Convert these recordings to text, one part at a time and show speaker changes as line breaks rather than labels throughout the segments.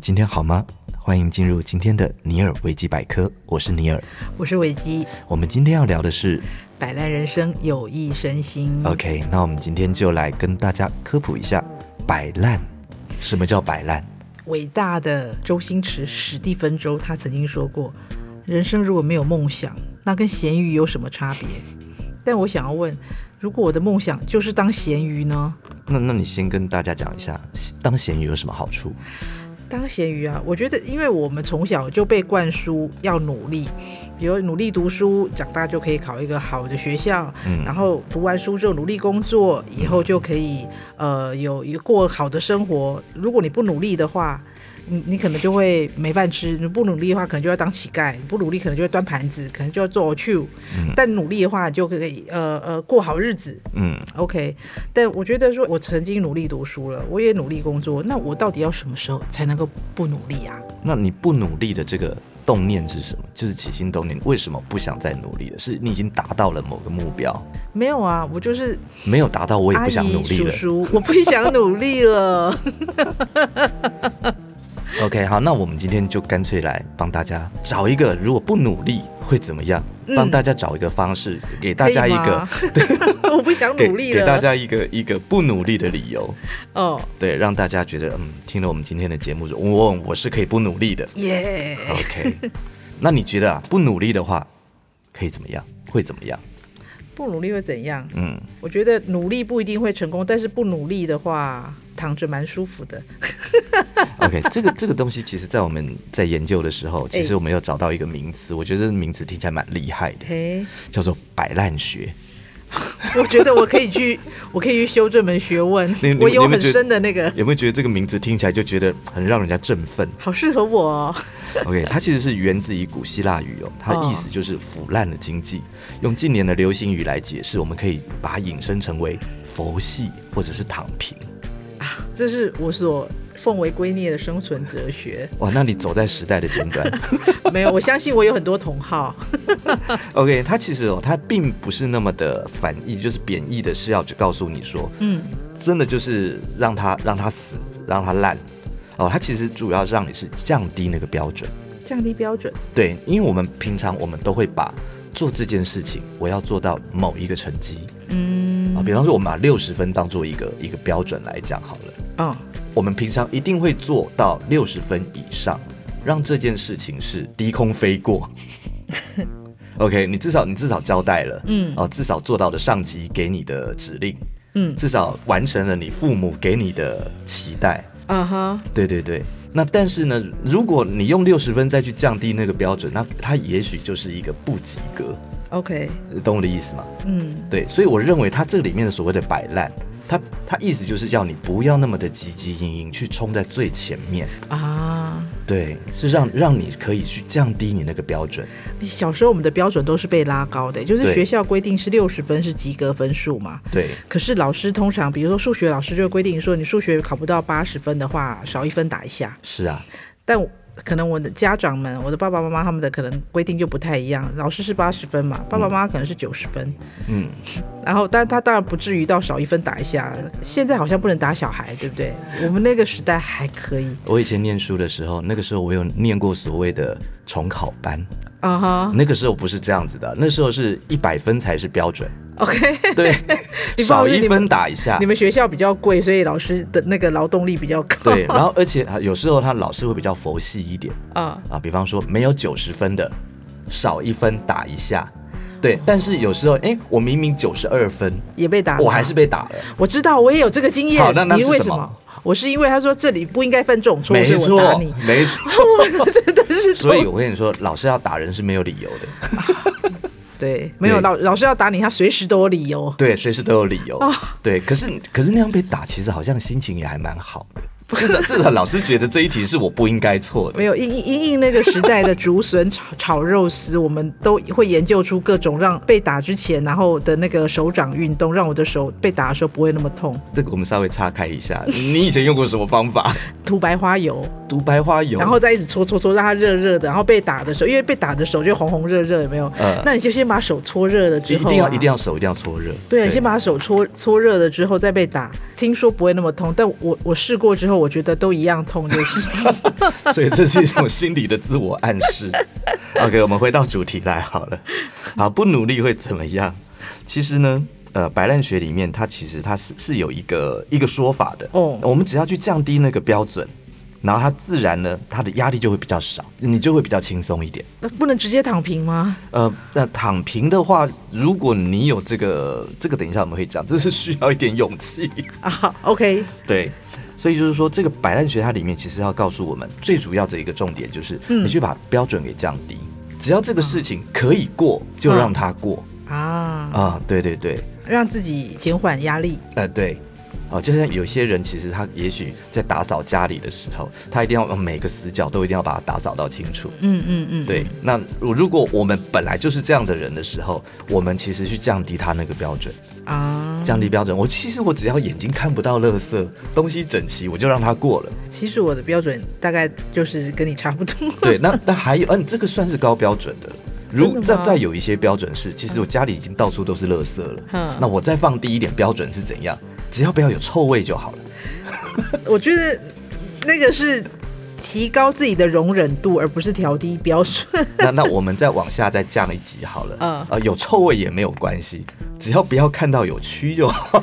今天好吗？欢迎进入今天的尼尔维基百科，我是尼尔。
我是维基，
我们今天要聊的是
百烂人生有益身心。
OK，那我们今天就来跟大家科普一下摆烂。什么叫摆烂？
伟大的周星驰史蒂芬周他曾经说过，人生如果没有梦想，那跟咸鱼有什么差别？但我想要问，如果我的梦想就是当咸鱼呢？
那那你先跟大家讲一下，当咸鱼有什么好处？
当咸鱼啊，我觉得，因为我们从小就被灌输要努力，比如努力读书，长大就可以考一个好的学校，
嗯
然后读完书之后努力工作，以后就可以呃有一个过好的生活。如果你不努力的话，你你可能就会没饭吃；你不努力的话，可能就要当乞丐；你不努力，可能就会端盘子，可能就要做 o q 但努力的话，就可以呃呃过好日子。
嗯
OK，但我觉得说，我曾经努力读书了，我也努力工作，那我到底要什么时候才能够不努力啊？
那你不努力的这个动念是什么？就是起心动念，为什么不想再努力了？是你已经达到了某个目标，
没有啊，我就是
没有达到，我也
阿
不
姨
想努力了。
叔叔，我不想努力了。
OK，好，那我们今天就干脆来帮大家找一个，如果不努力会怎么样？
嗯
帮大家找一个方式，给 大家一个，
对， 我不想
给
努力了。
给大家一个一个不努力的理由，
哦，
对，让大家觉得嗯，听了我们今天的节目，嗯我我是可以不努力 的。
耶、
OK，那你觉得啊，不努力的话可以怎么样？会怎么样？
不努力会怎样？
嗯，
我觉得努力不一定会成功，但是不努力的话，躺着蛮舒服的。
OK，这个这个东西，其实，在我们在研究的时候，
哎
其实我们有找到一个名词，我觉得这名词听起来蛮厉害的，
嘿、
叫做“摆烂学
我觉得我可以去， 我可以去修这门学问
你你，
我有
你们
很
觉得
深的那”。个，
有没有觉得这个名字听起来就觉得很让人家振奋
好适合我、哦。
？OK，它其实是源自于古希腊语哦，它的意思就是腐烂的经济。用近年的流行语来解释，我们可以把它引申成为佛系或者是躺平。
这是我所奉为圭臬的生存哲学。
哇，那你走在时代的尖端。
没有，我相信我有很多同好。
OK，它其实哦，它并不是那么的反义，就是贬义的，是要告诉你说，
嗯，
真的就是让它让它死，让它烂。哦，它其实主要让你是降低那个标准。
降低标准。
对，因为我们平常我们都会把做这件事情，我要做到某一个成绩
嗯
啊，比方说我们把六十分当做一个一个标准来讲好了，
哦，
我们平常一定会做到六十分以上，让这件事情是低空飞 过。OK，你至少你至少交代了，
嗯
哦，至少做到了上级给你的指令，
嗯
至少完成了你父母给你的期待。
啊哈，
对对对，那但是呢，如果你用六十分再去降低那个标准，那它也许就是一个不及格，
OK，
呃懂我的意思吗？
嗯
对，所以我认为它这里面的所谓的摆烂，它它意思就是要你不要那么的汲汲营营去冲在最前面，
啊，
对，是让让你可以去降低你那个标准，
小时候我们的标准都是被拉高的，就是
对
学校规定是六十分是及格分数嘛。
对
可是老师通常，比如说数学老师就会规定说，你数学考不到八十分的话，少一分打一下。
是啊，
但我可能我的家长们，我的爸爸妈妈他们的可能规定就不太一样。老师是八十分嘛，爸爸妈妈可能是九十分，
嗯，
然后，但他当然不至于到少一分打一下。现在好像不能打小孩，对不对？我们那个时代还可以
我以前念书的时候，那个时候我有念过所谓的重考 班，
啊哈。
那个时候不是这样子的，那时候是一百分才是标准，
OK，
对，
你不
少
好意思
一分打一下
你。们学校比较贵，所以老师的那个劳动力比较 高。
对，然后而且啊有时候他老师会比较佛系一点
啊，
啊，比方说没有九十分的，少一分打一下。对，但是有时候，哎，我明明九十二分，
也被打。
我还是被打了。
我知道，我也有这个经验。
好那那
你
是
为
什
什
么
么？我是因为他说这里不应该犯这种错，
没
所以我打
错
你。，
没 错。
我真的是
所以我跟你说，老师要打人是没有理由的，
对，没有
对
老老师要打你，他随时都有理由。
对，随时都有理由
哦。
对，可是可是那样被打，其实好像心情也还蛮好的。至少至少老师觉得这一题是我不应该错的。
没有，因因因应那个时代的竹笋炒炒肉丝，我们都会研究出各种让被打之前，然后的那个手掌运动，让我的手被打的时候不会那么 痛。
这个我们稍微岔开一下，你以前用过什么方法？
涂白花油，
毒白花油，
然后再一直搓搓搓，让它热热的。然后被打的时候，因为被打的手就红红热热，有没有？
嗯
那你就先把手搓热了之
一
后、啊，
定要一定要手一定要搓热。
对，先把手搓搓热了之后再被打，听说不会那么痛，但我我试过之后，为我觉得都一样痛，就是
所以这是一种心理的自我暗示。OK，我们回到主题来好了。好，不努力会怎么样？其实呢，呃，白烂学里面它其实它是是有一个一个说法的。
哦
我们只要去降低那个标准，然后它自然呢，它的压力就会比较少，你就会比较轻松一点。
那不能直接躺平 吗？
呃，那躺平的话，如果你有这个这个，等一下我们会讲，这是需要一点勇气。
啊好，OK，
对，所以就是说，这个摆烂学它里面其实要告诉我们，最主要的一个重点就是，
嗯
你去把标准给降低，只要这个事情可以过，
嗯
就让它过
啊，
啊。对对对，
让自己减缓压力。
呃对。哦，就像有些人，其实他也许在打扫家里的时候，他一定要呃每个死角都一定要把它打扫到清楚。
嗯嗯嗯，
对，那如果我们本来就是这样的人的时候，我们其实去降低他那个标准，
啊，
降低标准。我其实我只要眼睛看不到垃圾，东西整齐，我就让它过了。
其实我的标准大概就是跟你差不多。
对，那那还有，嗯、这个算是高标准的了。如
真的吗
再再有一些标准是，其实我家里已经到处都是垃圾了，
嗯
那我再放低一点标准是怎样？只要不要有臭味就好了。
我觉得那个是提高自己的容忍度，而不是调低标准。
那那我们再往下再降一级好了，
嗯
呃，有臭味也没有关系，只要不要看到有蛆就好。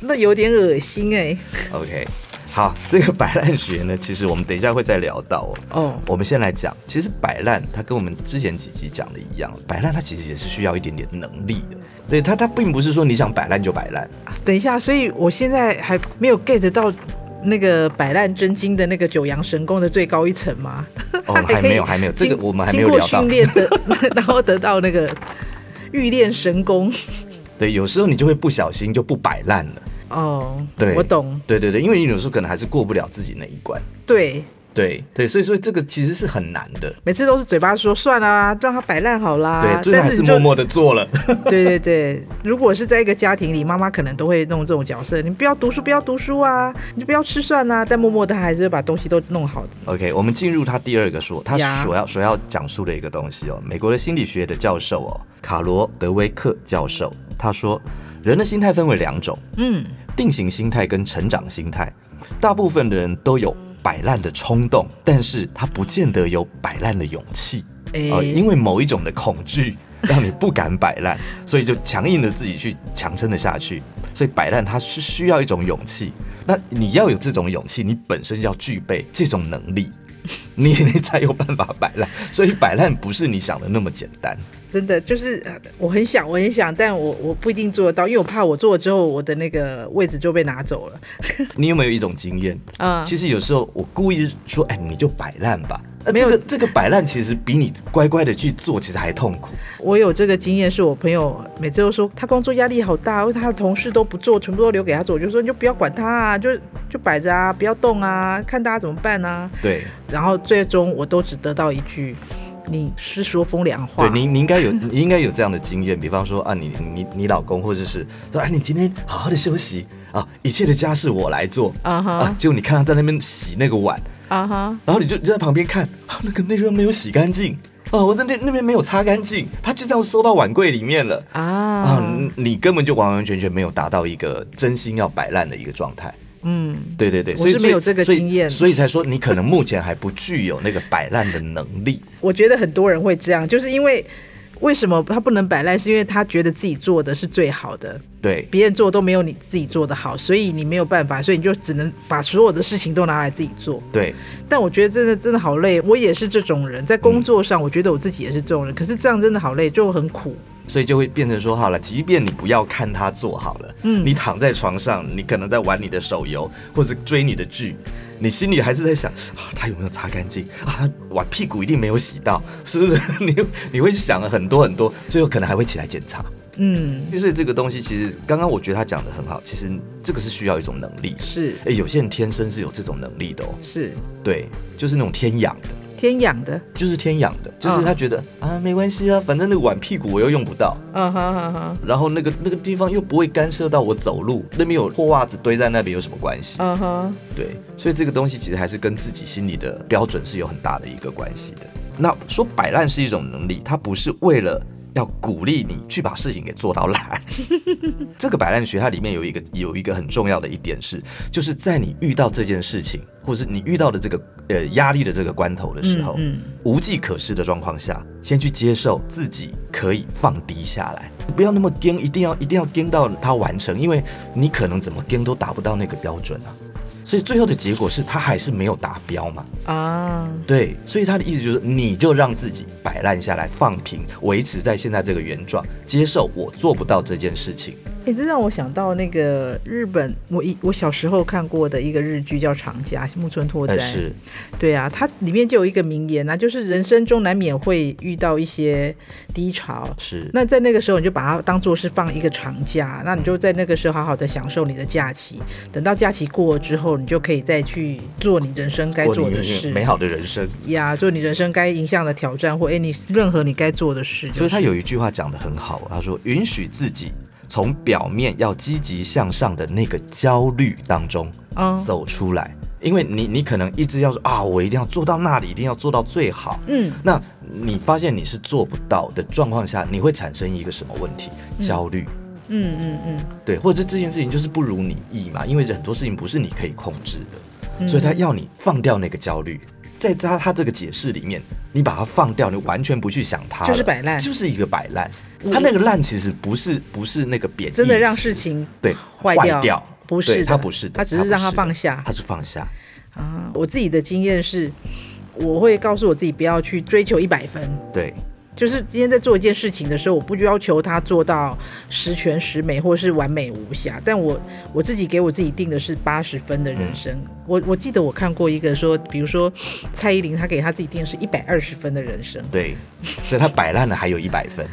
那有点恶心哎、
OK，好， 这个摆烂学呢，其实我们等一下会再聊到哦。
哦，
我们先来讲，其实摆烂它跟我们之前几集讲的一样，摆烂它其实也是需要一点点能力的。对它，它并不是说你想摆烂就摆烂，
等一下，所以我现在还没有 get 到。那个摆烂真经的那个九阳神功的最高一层吗？
哦
还可以
还没有还没有这个
经
我们还没有
经过
聊到
训练的， 然后得到那个欲练神功。
对，有时候你就会不小心就不摆烂了。
哦，
对，
我懂。。
对对对，因为你有时候可能还是过不了自己那一关。
对，
对对，所以说这个其实是很难的。
每次都是嘴巴说算啦、让他摆烂好啦。
对，最后
啊但
还
是
是
你就
默默的做了。
对对对，如果是在一个家庭里，妈妈可能都会弄这种角色，你不要读书，不要读书啊，你就不要吃蒜啊，但默默的还是会把东西都弄好的。
OK，我们进入他第二个说，他
呀
所要所要讲述的一个东西哦，美国的心理学的教授哦，卡罗德威克教授，他说，人的心态分为两种，
嗯，
定型心态跟成长心态。大部分的人都有摆烂的冲动，但是他不见得有摆烂的勇气。
诶
呃，因为某一种的恐惧，让你不敢摆烂，所以就强硬的自己去强撑的下去。所以摆烂它是需要一种勇气，那你要有这种勇气，你本身要具备这种能力， 你你才有办法摆烂。所以摆烂不是你想的那么简单。
真的就是呃我很想，我很想，但我我不一定做得到，因为我怕我做了之后，我的那个位置就被拿走了。
你有没有一种经验？
啊、
其实有时候我故意说，哎，你就摆烂吧。那
没
这
有
个这个摆烂其实比你乖乖的去做，其实还痛苦。
我有这个经验，是我朋友每次都说他工作压力好大，因为他的同事都不做，全部都留给他做，我就说你就不要管他啊，就就摆着啊，不要动啊，看大家怎么办啊。
对，
然后最终我都只得到一句：“你是说风凉话。”
对，你你应该有，你应该有这样的经验，比方说啊，你你你老公或者是说啊，你今天好好的休息啊，一切的家事我来做
啊
啊
哈，
结果你看他在那边洗那个碗，
啊哈，
然后你就你就在旁边看啊，那个那边没有洗干净啊，我在那那边没有擦干净，他就这样收到碗柜里面了。啊
啊，，
你你根本就完完全全没有达到一个真心要摆烂的一个状态，
嗯，
对对对，
我
所以
是
所以
没有这个
所以
经验
所以才说你可能目前还不具有那个摆烂的能力。
我觉得很多人会这样，就是因为为什么他不能摆烂，是因为他觉得自己做的是最好的，
对，
别人做都没有你自己做的好，所以你没有办法，所以你就只能把所有的事情都拿来自己做。
对，
但我觉得真的真的好累，我也是这种人，在工作上，我觉得我自己也是这种人，可是这样真的好累，就很苦。
所以就会变成说，好了，即便你不要看他做好了，
嗯
你躺在床上，你可能在玩你的手游或者追你的剧，你心里还是在想啊，他有没有擦干净啊？他碗屁股一定没有洗到， 是不是？你你会想了很多很多，最后可能还会起来检查。
嗯，
所以这个东西其实刚刚我觉得他讲的很好，其实这个是需要一种能力。
是
诶，有些人天生是有这种能力的哦，
是，
对，就是那种天养的，
天养的，
就是天养的，就是他觉得、啊没关系啊，反正那个碗屁股我又用不到，
啊哈哈哈，
然后那个那个地方又不会干涉到我走路，那边有破袜子堆在那边有什么关系？
啊哈。
对，所以这个东西其实还是跟自己心里的标准是有很大的一个关系的。那说摆烂是一种能力，它不是为了要鼓励你去把事情给做到烂。 这个摆烂学它里面有一个有一个很重要的一点是，就是在你遇到这件事情，或是你遇到的这个呃压力的这个关头的时候，
嗯
无计可施的状况下，先去接受自己可以放低下来，不要那么跟，一定要一定要跟到它完成，因为你可能怎么跟都达不到那个标准啊。所以最后的结果是他还是没有达标嘛？
嗯啊，
对，所以他的意思就是，你就让自己摆烂下来，放平，维持在现在这个原状，接受我做不到这件事情。
你、哎这让我想到那个日本，我一我小时候看过的一个日剧叫《长假》，木村拓哉。
但哎是，
对啊，它里面就有一个名言啊，就是人生中难免会遇到一些低潮，
是
那在那个时候，你就把它当做是放一个长假，那你就在那个时候好好的享受你的假期。等到假期过了之后，你就可以再去做你人生该
过
做
你
的事，
美好的人生。
呀，做你人生该迎向的挑战，或哎、你任何你该做的事、
所以
就是。
他有一句话讲得很好，他说：“允许自己从表面要积极向上的那个焦虑当中
嗯
走出来，因为你你可能一直要说啊，我一定要做到那里，一定要做到最好。
嗯，
那你发现你是做不到的状况下，你会产生一个什么问题？焦虑。
嗯嗯嗯，
对，或者是这件事情就是不如你意嘛，因为很多事情不是你可以控制
嗯
的，所以他要你放掉那个焦虑。在他他这个解释里面，你把它放掉，你完全不去想它了，
就是摆烂
就是一个摆烂。
我
他那个烂其实不是不是那个贬义词，
真的让事情
对
坏掉
掉，
不是
对
的
他不是的，
他只是让
它
它
不
放
的
下
他是放下，
啊。我自己的经验是，我会告诉我自己不要去追求一百分，
对，，
就是今天在做一件事情的时候，我不要求他做到十全十美或是完美无瑕，但我我自己给我自己定的是八十分的人生。我我记得我看过一个说，比如说蔡依林，她给她自己定的是一百二十分的人生
对，所以他摆烂了还有一百分，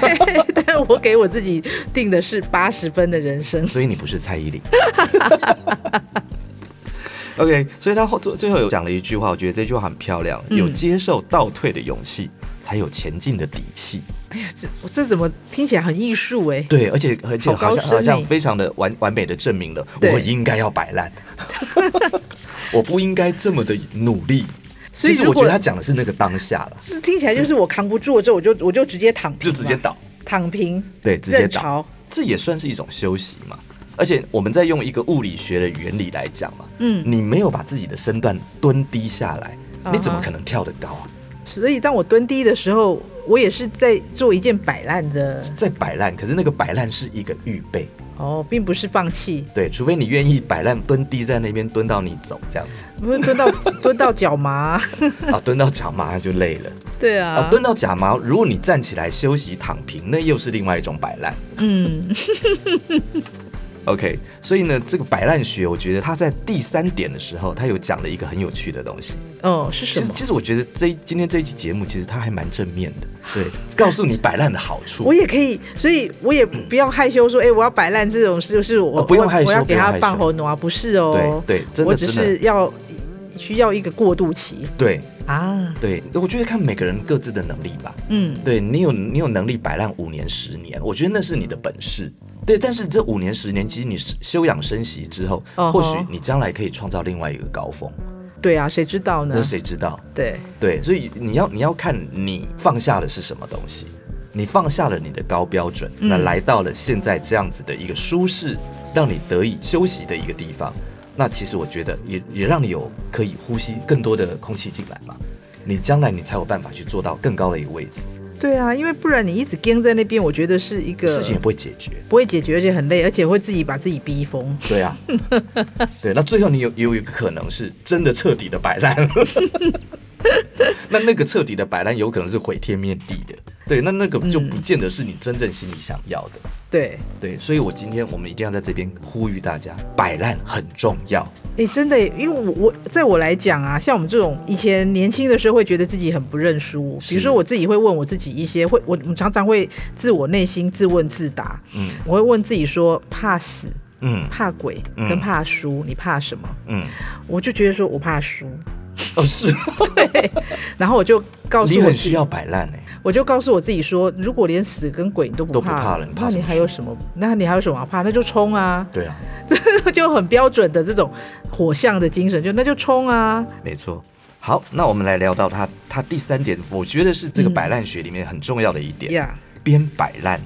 对但我给我自己定的是八十分的人生。
所以你不是蔡依林。OK，所以他后最最后有讲了一句话，我觉得这句话很漂亮：
嗯
有接受倒退的勇气，才有前进的底气。
哎这我这怎么听起来很艺术哎、
对，而且而且
好高
好像
深
好像
欸
非常的完完美的证明了，
对
我应该要摆烂， 我不应该这么的努力。
所以
其实
如
我觉
果
得他讲的是那个当下了，
这听起来就是我扛不住了之后，我就我就直接躺
就
平嘛，
直接倒，
躺平，
对，直接
任
倒。
潮，
这也算是一种休息嘛。而且我们在用一个物理学的原理来讲嘛，
嗯
你没有把自己的身段蹲低下来，你怎么
啊哈
可能跳得高啊？
所以当我蹲低的时候，我也是在做一件摆烂 的
在摆烂，可是那个摆烂是一个预备，
哦，并不是放弃，
对，除非你愿意摆烂蹲低在那边蹲到你走这样子，
不是蹲到 蹲到脚麻。
啊，蹲到脚麻就累了，
对
啊，
啊，
蹲到脚麻，如果你站起来休息躺平，那又是另外一种摆烂。
嗯
OK，所以呢，这个摆烂学，我觉得他在第三点的时候，他有讲了一个很有趣的东西，
哦是
其
什
实，
么？
其实我觉得这一今天这一期节目，其实它还蛮正面的，对，告诉你摆烂的好处
啊我。也可以，所以我也不要害羞说，哎、我要摆烂这种事，就是我、
哦不用害羞
我，我要
不
给
用
他
害羞
放喉挪啊，不是哦，
对对真的
我只是要需要一个过渡期
对
啊，
对，我觉得看每个人各自的能力吧。
嗯，
对你有你有能力摆烂五年十年，我觉得那是你的本事。对，但是这五年十年，其实你是休养生息之后，
哦
或
吼
许你将来可以创造另外一个高峰，
对啊，谁知道呢
那？谁知道？
对，
对，所以你要你要看你放下的是什么东西，你放下了你的高标准，那来到了现在这样子的一个舒适，让你得以休息的一个地方。那其实我觉得也也让你有可以呼吸更多的空气进来嘛，你将来你才有办法去做到更高的一个位置，
对啊，因为不然你一直跟在那边，我觉得是一个
事情也不会解决。
不会解决，而且很累，而且会自己把自己逼疯。
对啊，对，那最后你有有一个可能是真的彻底的摆烂了，那那个彻底的摆烂有可能是毁天灭地的，对，那那个就不见得是你真正心里想要的，
对，
对，所以我今天我们一定要在这边呼吁大家，摆烂很重要，
哎、真的耶，因为我我在我来讲啊，像我们这种以前年轻的时候，会觉得自己很不认输。比如
是
说，我自己会问我自己一些，会我我常常会自我内心自问自答。
嗯
我会问自己说，怕死、
嗯
怕鬼
嗯
跟怕输，你怕什么？
嗯，
我就觉得说我怕输，
哦是，
然后我就告诉
你
我
很
自
需
己，
要摆烂哎，
我就告诉我自己说，如果连死跟鬼你都不
都不
怕，
怕了你怕
那
什
你
么
还
输
有什么？那你还有什么好怕？那就冲啊！
对啊，
就很标准的这种火象的精神，就那就冲啊！
没错。好，那我们来聊到他他第三点，我觉得是这个摆烂学里面很重要的一点。
呀、
边摆烂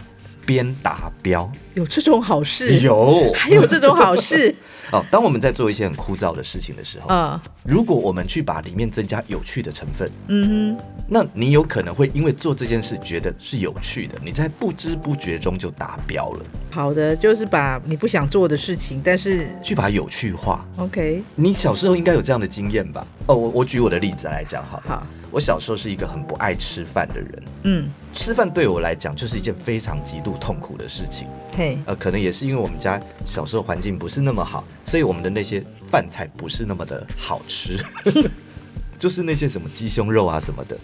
边达标。
有这种好事，
有
还有这种好事，
哦，当我们在做一些很枯燥的事情的时候，
嗯
如果我们去把里面增加有趣的成分，
嗯哼，
那你有可能会因为做这件事觉得是有趣的，你在不知不觉中就达标了，
好的，就是把你不想做的事情，但是
去把它有趣化。
OK，
你小时候应该有这样的经验吧？哦，我我举我的例子来讲好了。
好，
我小时候是一个很不爱吃饭的人，
嗯，
吃饭对我来讲就是一件非常极度痛苦的事情。
嘿，
呃，可能也是因为我们家小时候环境不是那么好，所以我们的那些饭菜不是那么的好吃， 就是那些什么鸡胸肉啊什么的。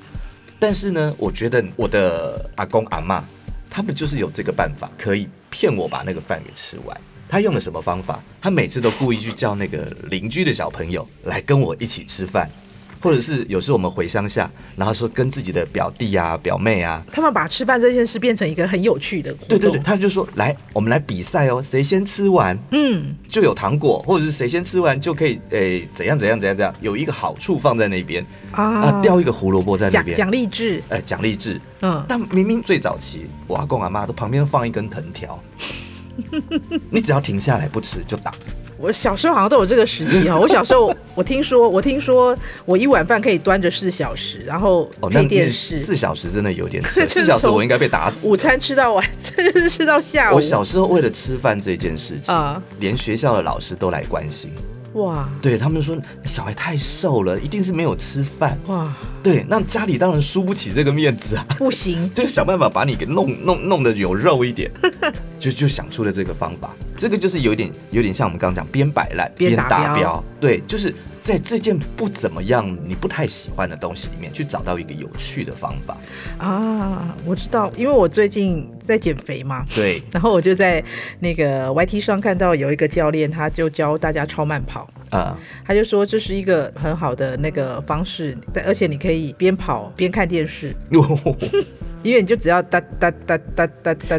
但是呢，我觉得我的阿公阿妈他们就是有这个办法，可以骗我把那个饭给吃完。他用了什么方法？他每次都故意去叫那个邻居的小朋友来跟我一起吃饭，或者是有时候我们回乡下，然后说跟自己的表弟啊、表妹啊，
他们把吃饭这件事变成一个很有趣的活动，
对对对，，他就说来，我们来比赛哦，谁先吃完
嗯，
就有糖果，或者是谁先吃完就可以诶、怎样怎样怎样怎样，有一个好处放在那边啊，
啊，
掉一个胡萝卜在那
奖
边，
奖励制，
呃，奖励制。
嗯，
但明明最早期，我阿公阿妈都旁边放一根藤条， 你只要停下来不吃就打。
我小时候好像都有这个时期哦。我小时候， 我听说，我听说，我一碗饭可以端着四小时，然后
哦，那
配电视，
四小时真的有点
这
吃，
是
四小时
从
我应该被打死。
午餐吃到晚， 这就是吃到下午。
我小时候为了吃饭这件事情，
啊
连学校的老师都来关心，
哇
对他们说小孩太瘦了，一定是没有吃饭。
哇，
对，那家里当然输不起这个面子啊，
不行，
就想办法把你给弄弄弄得有肉一点， 就就想出了这个方法。这个就是有点有点像我们刚刚讲边摆烂
边
边
达
达
标
标，对，就是在这件不怎么样、你不太喜欢的东西里面去找到一个有趣的方法。
啊，我知道，因为我最近在减肥嘛。
对，
然后我就在那个 YT 上看到有一个教练，他就教大家超慢跑，
啊、
他就说这是一个很好的那个方式，但而且你可以边跑边看电视，因为你就只要哒哒哒哒哒 哒，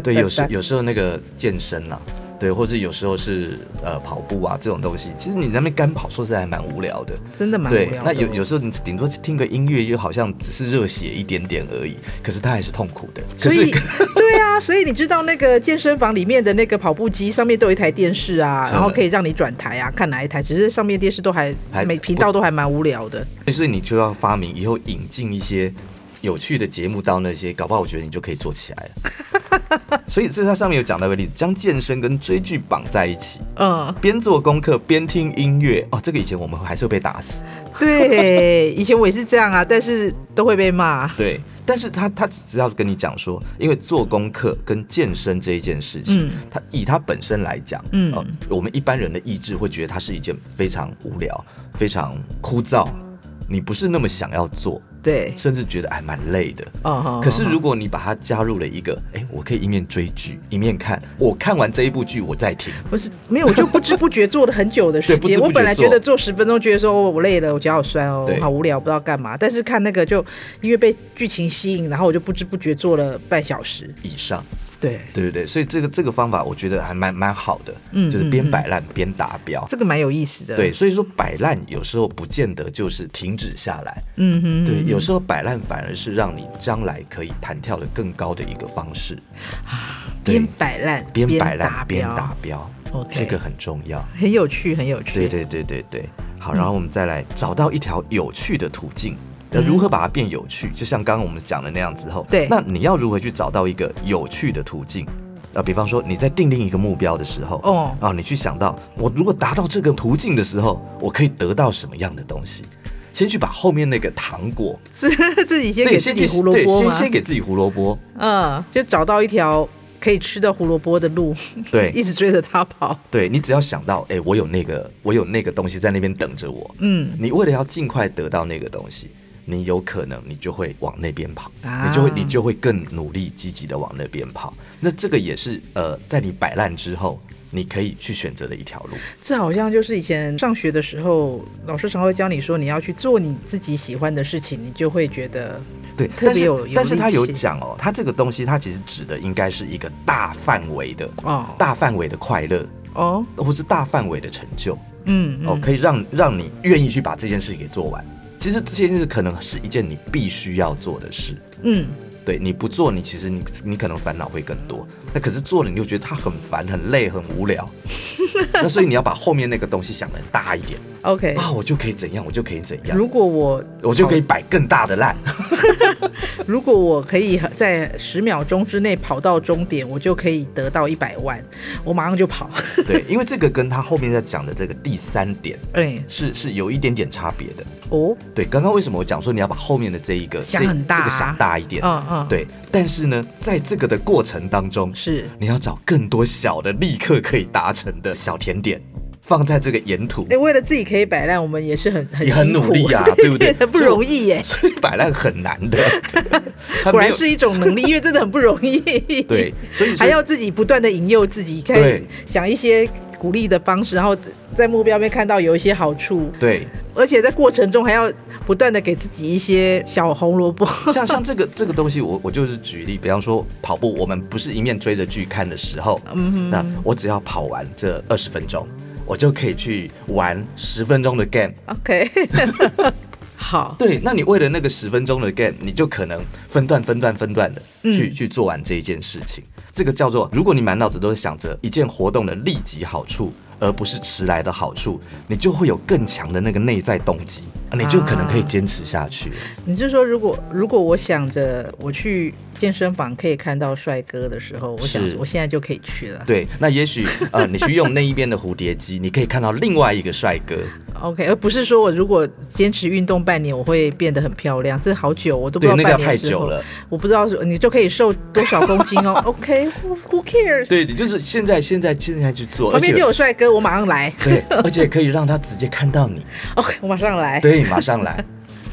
对，
哒
有时
哒
有时候那个健身啦、对，或者有时候是呃跑步啊这种东西，其实你那边干跑，说实在还蛮无聊的。
真的蛮无
对
聊，的。
那有有时候你顶多听个音乐，又好像只是热血一点点而已，可是它还是痛苦的。可
所以
是
对啊，所以你知道那个健身房里面的那个跑步机上面都有一台电视啊，
是
然后可以让你转台啊，看哪一台。只是上面电视都还
还
每频道都还蛮无聊的。
所以你就要发明以后引进一些有趣的节目到那些，搞不好我觉得你就可以做起来了。 所以，所以它上面有讲到一个例子，将健身跟追剧绑在一起，
嗯，
边做功课边听音乐。哦，这个以前我们还是会被打死。
对，以前我也是这样啊，但是都会被骂。
对，但是他他只要跟你讲说，因为做功课跟健身这一件事情，
嗯
他以他本身来讲，
嗯
呃我们一般人的意志会觉得它是一件非常无聊、非常枯燥，你不是那么想要做，
对，
甚至觉得哎蛮累的。
哦，
可是如果你把它加入了一个，哎，我可以一面追剧一面看，我看完这一部剧我再停，
不是没有，我就不 知不觉做了很久的时
对不知
间。
不觉
我本来觉
做
得做十分钟，觉得说哦我累了，我脚好酸哦
对，
好无聊，不知道干嘛。但是看那个就因为被剧情吸引，然后我就不知不觉做了半小时。
以上，
对，
对不对？所以这个这个方法我觉得还蛮蛮好的，
嗯
就是
嗯
边
嗯
摆烂边达标。
这个蛮有意思的。
对，，所以说摆烂有时候不见得就是停止下来，
嗯哼，
对，有时候摆烂反而是让你将来可以弹跳的更高的一个方式，对
边摆烂
边摆烂
达
边
标
达标
OK
这个很重要。
很有趣，很有趣。
对对对对对，好，
嗯
然后我们再来找到一条有趣的途径。那如何把它变有趣？就像刚刚我们讲的那样之后，
嗯对
那你要如何去找到一个有趣的途径？啊，比方说你在定定一个目标的时候，
哦
啊，你去想到我如果达到这个途径的时候，我可以得到什么样的东西？先去把后面那个糖果，
自自己先给
对，
自
先
己
去
胡萝
对，
卜
先
嘛，
先给自己胡萝卜，
嗯，就找到一条可以吃到胡萝卜的路，
对，
一直追着它跑。
对你只要想到，哎、我有那个，我有那个东西在那边等着我。
嗯，
你为了要尽快得到那个东西，你有可能你就会往那边跑，
啊
你就会你就会更努力积极的往那边跑。那这个也是呃，在你摆烂之后，你可以去选择的一条路。
这好像就是以前上学的时候，老师常会教你说，你要去做你自己喜欢的事情，你就会觉得
对，
特别
但
有
是
有
但是他
力
有
气
讲哦，他这个东西它其实指的应该是一个大范围的、
哦
大范围的快乐，
哦，
或是大范围的成就。
嗯嗯
哦，可以让让你愿意去把这件事给做完。其实这件事可能是一件你必须要做的事，
嗯，
对，你不做，你其实你你可能烦恼会更多。那可是做了，你就觉得它很烦、很累、很无 聊。那所以你要把后面那个东西想的大一点
OK，
啊，我就可以怎样，我就可以怎样，
哎如果我
我就可以摆更大的烂。
如果我可以在十秒钟之内跑到终点，我就可以得到一百万，我马上就跑。
对，因为这个跟他后面在讲的这个第三点
哎，
是是有一点点差别的。
哦，
对，刚刚为什么我讲说你要把后面的这一个
想
这
很大啊
这个想大一点？
嗯嗯，，
对，但是呢，在这个的过程当中，
是
你要找更多小的立刻可以达成的小甜点，放在这个沿途
哎、。为了自己可以摆烂，我们也是很很
也很
辛苦
努力 呀
对
对不对
很不容易耶。
所以摆烂很难 的，它没有
果然是一种能力，因为真的很不容易。
对，所以说
还要自己不断的引诱自己，可以
对
想一些鼓励的方式，然后在目标面看到有一些好处，
对，
而且在过程中还要不断的给自己一些小红萝卜。
像像这个这个东西，我我就是举例，比方说跑步，我们不是一面追着剧看的时候，
嗯
那我只要跑完这二十分钟，我就可以去玩十分钟的 game。
OK，好，
对，那你为了那个十分钟的 game，你就可能分段、分段、分段的
嗯
去、去做完这一件事情。这个叫做，如果你满脑子都是想着一件活动的立即好处，而不是迟来的好处，你就会有更强的那个内在动机，你就可能可以坚持下去。
你就说如果如果我想着我去健身房可以看到帅哥的时候，我想
是
我现在就可以去了。
对，那也 许呃，你去用那一边的蝴蝶机，你可以看到另外一个帅哥。
OK，而不是说我如果坚持运动半年，我会变得很漂亮。这好久，我都不
对，
知道
那个
半
要
年
太
之
久
后，
了。
我不知道你就可以瘦多少公斤 哦。OK，who、cares？
对，你就是现在、现在、现在去做，而
旁
且
边就有帅哥，我马上 来。
对， 而且可以让他直接看到你。
OK，我马上来。
对，马上来。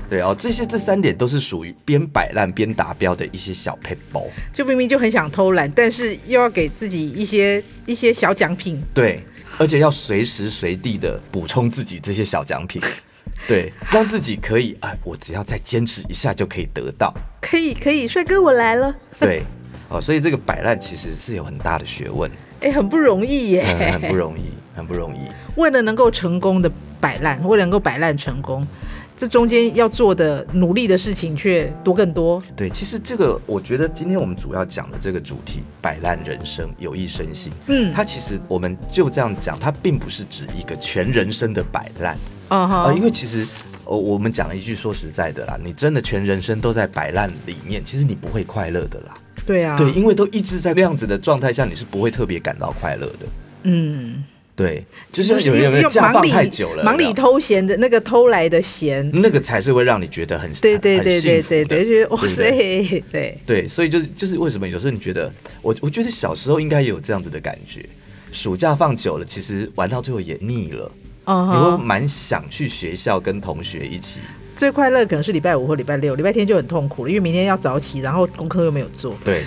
对哦，这些这三点都是属于边摆烂边达标的一些小 p e b a l
就明明就很想偷懒，但是又要给自己一些一些小奖品。
对，而且要随时随地的补充自己这些小奖品，对，让自己可以哎，我只要再坚持一下就可以得到。
可以可以，帅哥我来了。
对，哦，所以这个摆烂其实是有很大的学问，
哎、很不容易耶。
嗯，很不容 易，很不容易。
为了能够成功的摆烂，为了能够摆烂成功，这中间要做的努力的事情却多更多。
对，其实这个我觉得今天我们主要讲的这个主题“摆烂人生有益身心”，
嗯
它其实我们就这样讲，它并不是指一个全人生的摆烂。
啊哈、
啊，因为其实呃，我们讲一句说实在的啦，你真的全人生都在摆烂里面，其实你不会快乐的啦。
对啊，
对，因为都一直在那样子的状态下，你是不会特别感到快乐的。
嗯，
对，就像有人有人
用
假
忙
放
里
太久了，
忙里
有没有
偷闲的那个偷来的闲，
那个才是会让你觉得很
对对
很
对
幸
对
福
对
的
对，就觉得哇
对不对
塞，对，
对，所以就是就是为什么有时候你觉得我我觉得小时候应该也有这样子的感觉，暑假放久了，其实玩到最后也腻了，
嗯
你会
哼，
蛮想去学校跟同学一起。
最快乐可能是礼拜五或礼拜六，礼拜天就很痛苦了，因为明天要早起，然后功课又没有做。
对，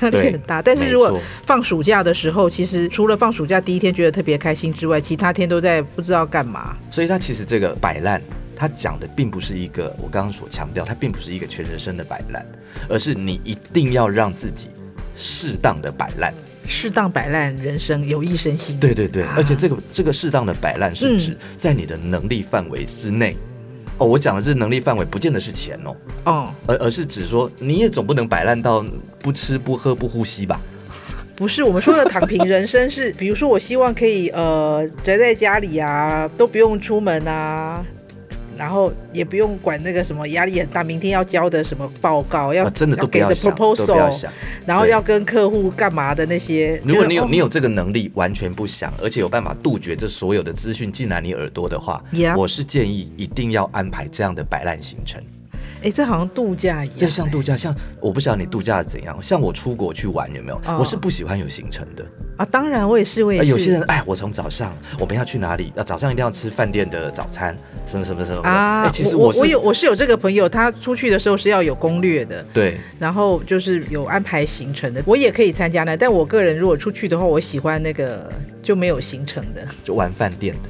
压力很大，但是
没
如果
错
放暑假的时候，其实除了放暑假第一天觉得特别开心之外，其他天都在不知道干嘛。
所以他其实这个摆烂，他讲的并不是一个我刚刚所强调，它并不是一个全人生的摆烂，而是你一定要让自己适当的摆烂。
适当摆烂人生有益身心。
对对对，
啊
而且这个这个适当的摆烂
嗯
是指在你的能力范围之内。哦，我讲的这能力范围，不见得是钱哦，
哦，
而而是指说你也总不能摆烂到不吃不喝不呼吸吧？
不是我们说的躺平人生是，比如说我希望可以呃 宅在家里啊，都不用出门啊。然后也不用管那个什么压力很大，明天要交的什么报告，要、
啊，真的都不
给
要
的
想，都不要
proposal，
想。
然后
对
要跟客户干嘛的那些。
如果你
觉
有
得
你有这个能力，完全不想，而且有办法杜绝这所有的资讯进来你耳朵的话
Yeah
我是建议一定要安排这样的摆烂行程。
哦哎，这好像度假一样，
就像度假，像我不晓得你度假怎样，像我出国去玩有没有
哦
我是不喜欢有行程的。
啊，当然我也是，我也
呃
是。
有些人哎，我从早上我们要去哪里？那、早上一定要吃饭店的早餐，什么什么什么的。
啊，
哎其实
我
是
有我是有这个朋友，他出去的时候是要有攻略的，
对
然后就是有安排行程的，我也可以参加呢。但我个人如果出去的话，我喜欢那个就没有行程的，
就玩饭店的，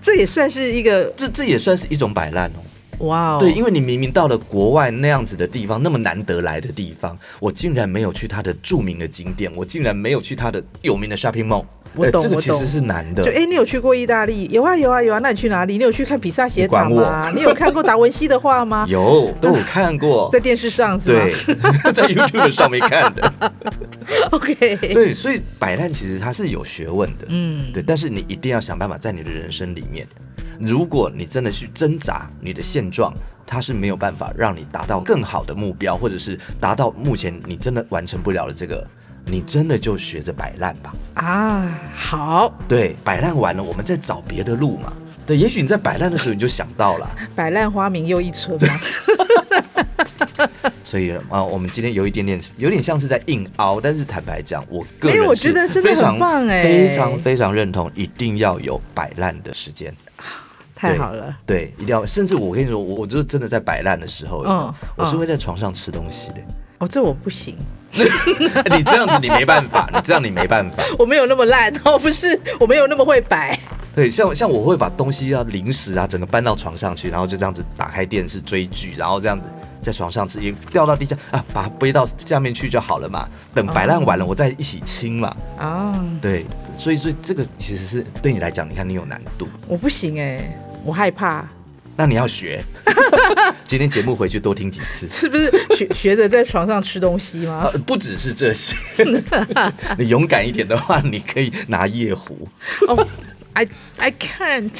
这也算是一个
这这也算是一种摆烂哦。
哇哦，
对，因为你明明到了国外那样子的地方，那么难得来的地方，我竟然没有去它的著名的景点，我竟然没有去它的有名的 shopping mall。
我
对
懂
这个
我
其实
懂
是难
就
的
哎、。诶你有去过意大利？有啊有啊有啊，那你去哪里？你有去看比萨
你
斜塔
管我
吗？ 你有看过达文西的画吗？
有， 都有看过
在。电视上是吗
对， 在 YouTube 上面看的。
？OK，
对，所以摆烂其实它是有学问的。
嗯，
对，但是你一定要想办法在你的人生里面，如果你真的去挣扎，你的现状它是没有办法让你达到更好的目标，或者是达到目前你真的完成不了的这个，你真的就学着摆烂吧。
啊，好，
对，摆烂完了，我们再找别的路嘛。对，也许你在摆烂的时候你就想到了，
百烂花明又一村 嘛。
所以啊、我们今天有一点点，有点像是在硬凹，但是坦白讲，我个
没有
人
哎我
是
觉得真的
非
很
常
棒哎
非常非常认同，一定要有摆烂的时间。
太好了，
对，一定要。甚至我跟你说，我我就是真的在摆烂的时候，
嗯
我是会在床上吃东西的。
哦，这我不行，
你这样子你没办法， 你这样你没办法。
我没有那么烂，哦，不是，我没有那么会摆。
对，像像我会把东西啊、零食啊，整个搬到床上去，然后就这样子打开电视追剧，然后这样子在床上吃，也掉到地下啊，把它背到下面去就好了嘛。等摆烂
嗯
完了，我再一起清嘛。
啊，
对，所以所以这个其实是对你来讲，你看你有难度，
我不行哎、我害怕，
那你要学。 今天节目回去多听几次。
是不是学学着在床上吃东西吗
呃？，不只是这 些，你勇敢一点的话，你可以拿夜壶。
哦，I I can't，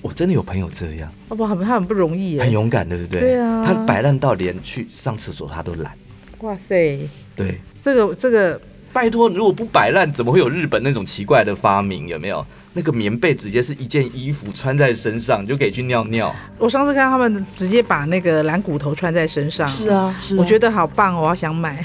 我真的有朋友这样，
哦不，很他很不容易耶、
很勇敢，对不对？
对啊
他摆烂到连去上厕所他都懒。
哇塞，
对，
这个这个
拜托，如果不摆烂，怎么会有日本那种奇怪的发明？有没有？那个棉被直接是一件衣服穿在身上，你就可以去尿尿。
我上次看他们直接把那个蓝骨头穿在身上，
是啊，是
我觉
得，
得好棒哦，我好想买。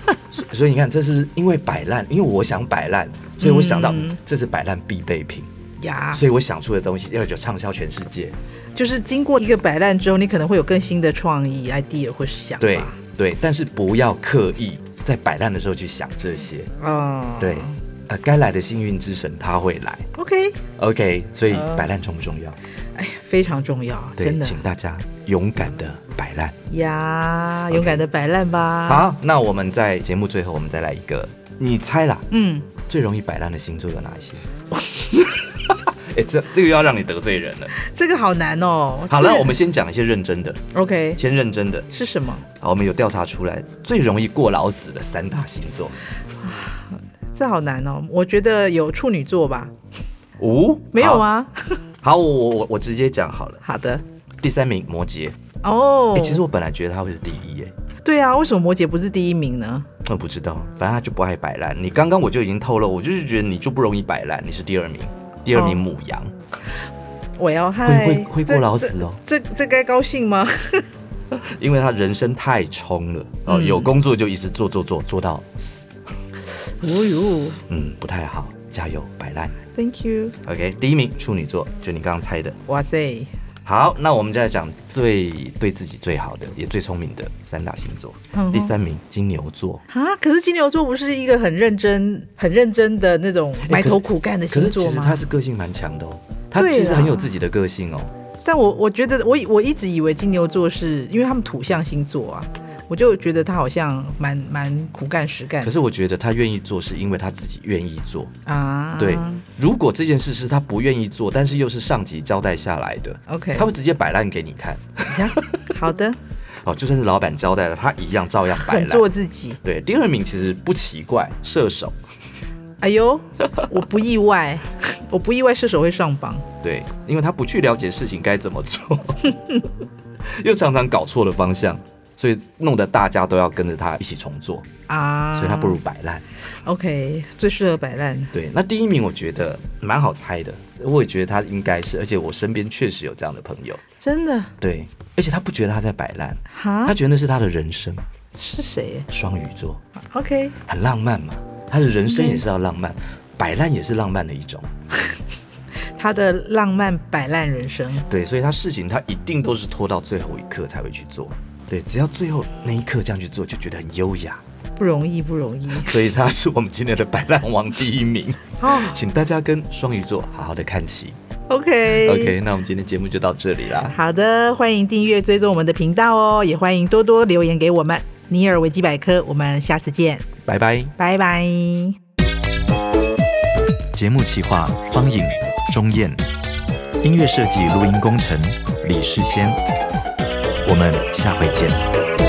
所以你看，这是因为摆烂，因为我想摆烂，所以我想到、
嗯啊
嗯这是摆烂必备品，
呀，
所以我想出的东西要有畅销全世界。
就是经过一个摆烂之后，你可能会有更新的创意 idea 或是想法。
对对，但是不要刻意在摆烂的时候去想这些。
哦，
对，呃，该来的幸运之神他会来。
，OK，
OK，所以
呃
摆烂重不重要？
哎呀，非常重要，啊
对
真，的
请大家勇敢的摆烂。
呀，勇敢的摆烂吧。，
好，那我们在节目最后，我们再来一个，你猜啦，
嗯，
最容易摆烂的星座有哪一些？ 哎、这这个又要让你得罪人了。
这个好难哦。
好
这
了，
个
我们先讲一些认真的，
OK
先认真的。
是什么？
好，我们有调查出来最容易过劳死的三大星座。
这好难哦。我觉得有处女座吧？
哦，
没有啊
好？
吗？
好，我我我我直接讲好了。
好的。
第三名摩羯，
哦、
哎、其实我本来觉得他会是第一耶，
对啊，为什么摩羯不是第一名呢？
我不知道，反正他就不爱摆烂。你刚刚我就已经透露，我就是觉得你就不容易摆烂，你是第二名，第二名母羊，
我要
会
嗨，
会会过
这
劳死哦，
这这该高兴吗？
因为他人生太冲了，哦、
嗯
有工作就一直做做做做到死，哎
哦呦
嗯，不太好，加油，摆烂。
，Thank you，
OK，第一名处女座，就你刚刚猜的。
哇塞，
好，那我们再来讲最对自己最好的，也最聪明的三大星座。
嗯哼
第三名金牛座，
啊！可是金牛座不是一个很认真、很认真的那种埋头苦干的
哎可
星
是其
座
实
吗？
他是个性蛮强的哦，他
对啊
其实
啦
很有自己的个性哦。
但我我觉得我以我一直以为金牛座是因为他们土象星座啊，我就觉得他好像蛮蛮苦干实干
可是我觉得他愿意做，是因为他自己愿意做。
啊。
对，如果这件事是他不愿意做，但是又是上级交代下来的，
，OK，
他会直接摆烂给你看。
呀 好的，
哦，就算是老板交代了，他一样照样摆
很做
烂。
自己。
对，第二名其实不奇怪，射手。
哎呦，我不意外， 我不意外射手会上榜。
对，因为他不去了解事情该怎么做， 又常常搞错了方向，所以弄得大家都要跟着他一起重做，
啊，
所以他不如摆烂。
OK，最适合摆烂。
对，那第一名我觉得蛮好猜的，我也觉得他应该是，而且我身边确实有这样的朋友。
真的
对，而且他不觉得他在摆烂，
哈
他？觉得那是他的人生。
是谁
双鱼座
？OK，
很浪漫嘛，他的人生
嗯
也是要浪漫，摆烂也是浪漫的一种。
他的浪漫摆烂人生。
对，所以他事情他一定都是拖到最后一刻才会去做。对，只要最后那一刻这样去做，就觉得很优雅。
不容易，不容易
所以他是我们今天的摆烂王第一名，
哦！
请大家跟双鱼座好好的看齐。
OK
OK，那我们今天节目就到这里啦。
好的，欢迎订阅追踪我们的频道哦，也欢迎多多留言给我们。尼尔维基百科，我们下次见，
拜拜。
拜拜。
节目企划：方颖、钟燕，音乐设计、录音工程：李世先。我们下回见。